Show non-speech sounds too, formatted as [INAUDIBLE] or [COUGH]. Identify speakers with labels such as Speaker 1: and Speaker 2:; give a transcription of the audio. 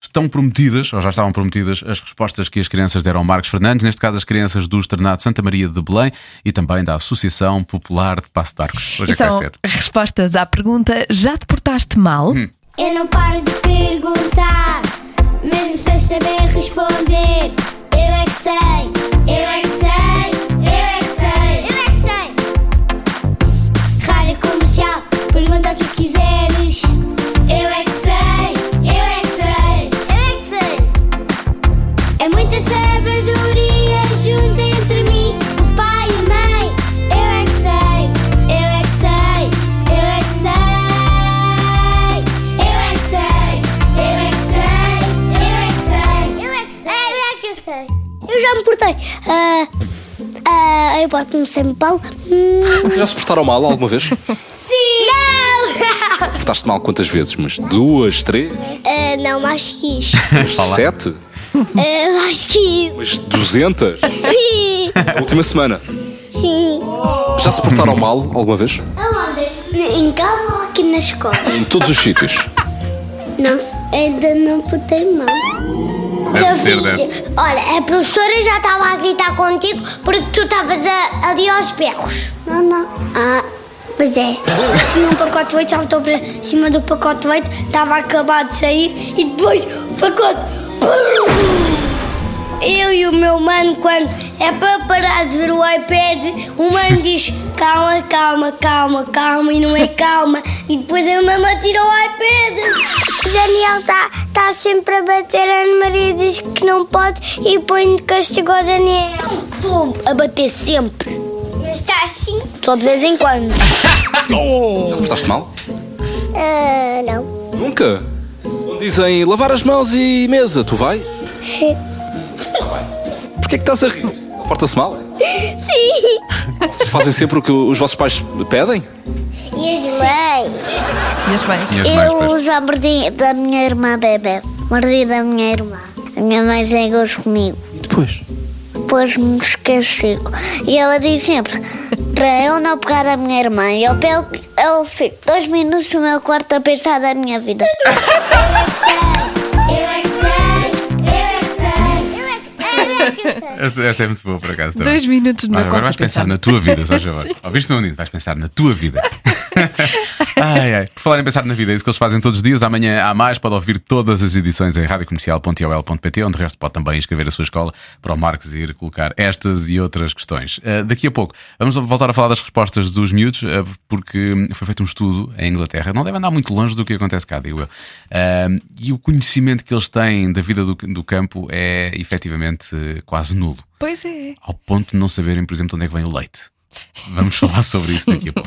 Speaker 1: Estão prometidas, ou já estavam prometidas, as respostas que as crianças deram ao Marcos Fernandes, neste caso as crianças do Externato Santa Maria de Belém e também da Associação Popular de Passo de Arcos. Hoje
Speaker 2: E
Speaker 1: é que vai
Speaker 2: são
Speaker 1: ser.
Speaker 2: respostas à pergunta: já te portaste mal?
Speaker 1: Hum.
Speaker 3: Eu não paro de perguntar, mesmo sem saber responder. Eu é que sei, eu é que sei, eu é que sei, eu é que sei. Rádio comercial, pergunta o que quiseres. Eu é que sei, eu é que sei, eu é que sei. É muita sabedoria junta entre mim, o pai e a mãe. Eu é que sei, eu é que sei, eu é que sei. Eu é que sei, eu é que sei, eu é que sei. Eu é que sei, eu é que sei.
Speaker 4: Eu já me portei. Ah, ah, eu
Speaker 3: um
Speaker 4: porto-me sempre mal. Hum,
Speaker 5: Já se portaram mal alguma vez?
Speaker 4: Sim!
Speaker 3: [LAUGHS]
Speaker 4: Não!
Speaker 5: Portaste mal quantas vezes? Mas duas, três,
Speaker 4: Ah, não, mais que isso.
Speaker 5: mas sete?
Speaker 4: Ah, mais que isso.
Speaker 5: Mas duzentas?
Speaker 4: Sim!
Speaker 5: Última semana.
Speaker 4: Sim!
Speaker 5: Já se portaram mal alguma vez?
Speaker 4: Aonde? Em casa ou aqui na escola?
Speaker 5: Em todos os sítios.
Speaker 4: Não, se- ainda não botei mal. Seu
Speaker 1: ser,
Speaker 4: filho,
Speaker 1: deve.
Speaker 4: olha, a professora já estava a gritar contigo porque tu estavas a- ali aos berros. Não, não. Ah, pois é. Tinha um pacote de leite, já voltou para cima do pacote de leite, estava a acabar de sair e depois o pacote. Eu e o meu mano, quando é para parar de ver o iPad, o mano diz calma, calma, calma, calma e não é calma. E depois a mamãe tira o iPad.
Speaker 3: O Daniel está tá sempre a bater, a Ana Maria diz que não pode e põe de castigo ao Daniel.
Speaker 4: Estou a bater sempre,
Speaker 3: Mas
Speaker 4: tá
Speaker 3: está assim?
Speaker 4: só de vez em quando.
Speaker 5: Já te portaste mal?
Speaker 3: Ah,
Speaker 4: [LAUGHS]
Speaker 3: não.
Speaker 5: Nunca. Onde dizem lavar as mãos e mesa, tu vai? Porquê é que estás a rir? Ele Porta-se mal?
Speaker 4: Sim!
Speaker 5: Vocês fazem sempre o que os vossos pais pedem?
Speaker 3: E as mães?
Speaker 2: E as bens?
Speaker 1: E as mais, pois.
Speaker 3: Eu já mordi da minha irmã bebê. Mordi da minha irmã. A minha mãe zangou-se comigo.
Speaker 5: E depois?
Speaker 3: pôs-me de castigo. E ela diz sempre para eu não pegar a minha irmã. E eu pego, eu fico dois minutos no meu quarto a pensar na minha vida. Eu é que sei, eu é que sei, eu é que sei, eu é que sei, eu é que sei.
Speaker 1: Esta, esta é muito boa, por acaso. também.
Speaker 2: Dois minutos no
Speaker 1: Mas
Speaker 2: meu
Speaker 1: agora vais
Speaker 2: quarto a
Speaker 1: pensar na tua vida,
Speaker 2: [LAUGHS]
Speaker 1: só já agora. Ouviste, meu menino? Vais pensar na tua vida. ai, ai. Por falar em pensar na vida, é isso que eles fazem todos os dias. Amanhã há mais. Pode ouvir todas as edições em radiocomercial.ol.pt, onde o resto pode também escrever a sua escola para o Marcos ir colocar estas e outras questões. Ah, daqui a pouco vamos voltar a falar das respostas dos miúdos, ah, porque foi feito um estudo em Inglaterra. Não deve andar muito longe do que acontece cá, digo eu. Ah, e o conhecimento que eles têm da vida do, do campo é efetivamente eh, quase nulo
Speaker 2: Pois é.
Speaker 1: ao ponto de não saberem, por exemplo, de onde é que vem o leite. Vamos falar sobre isso daqui a pouco.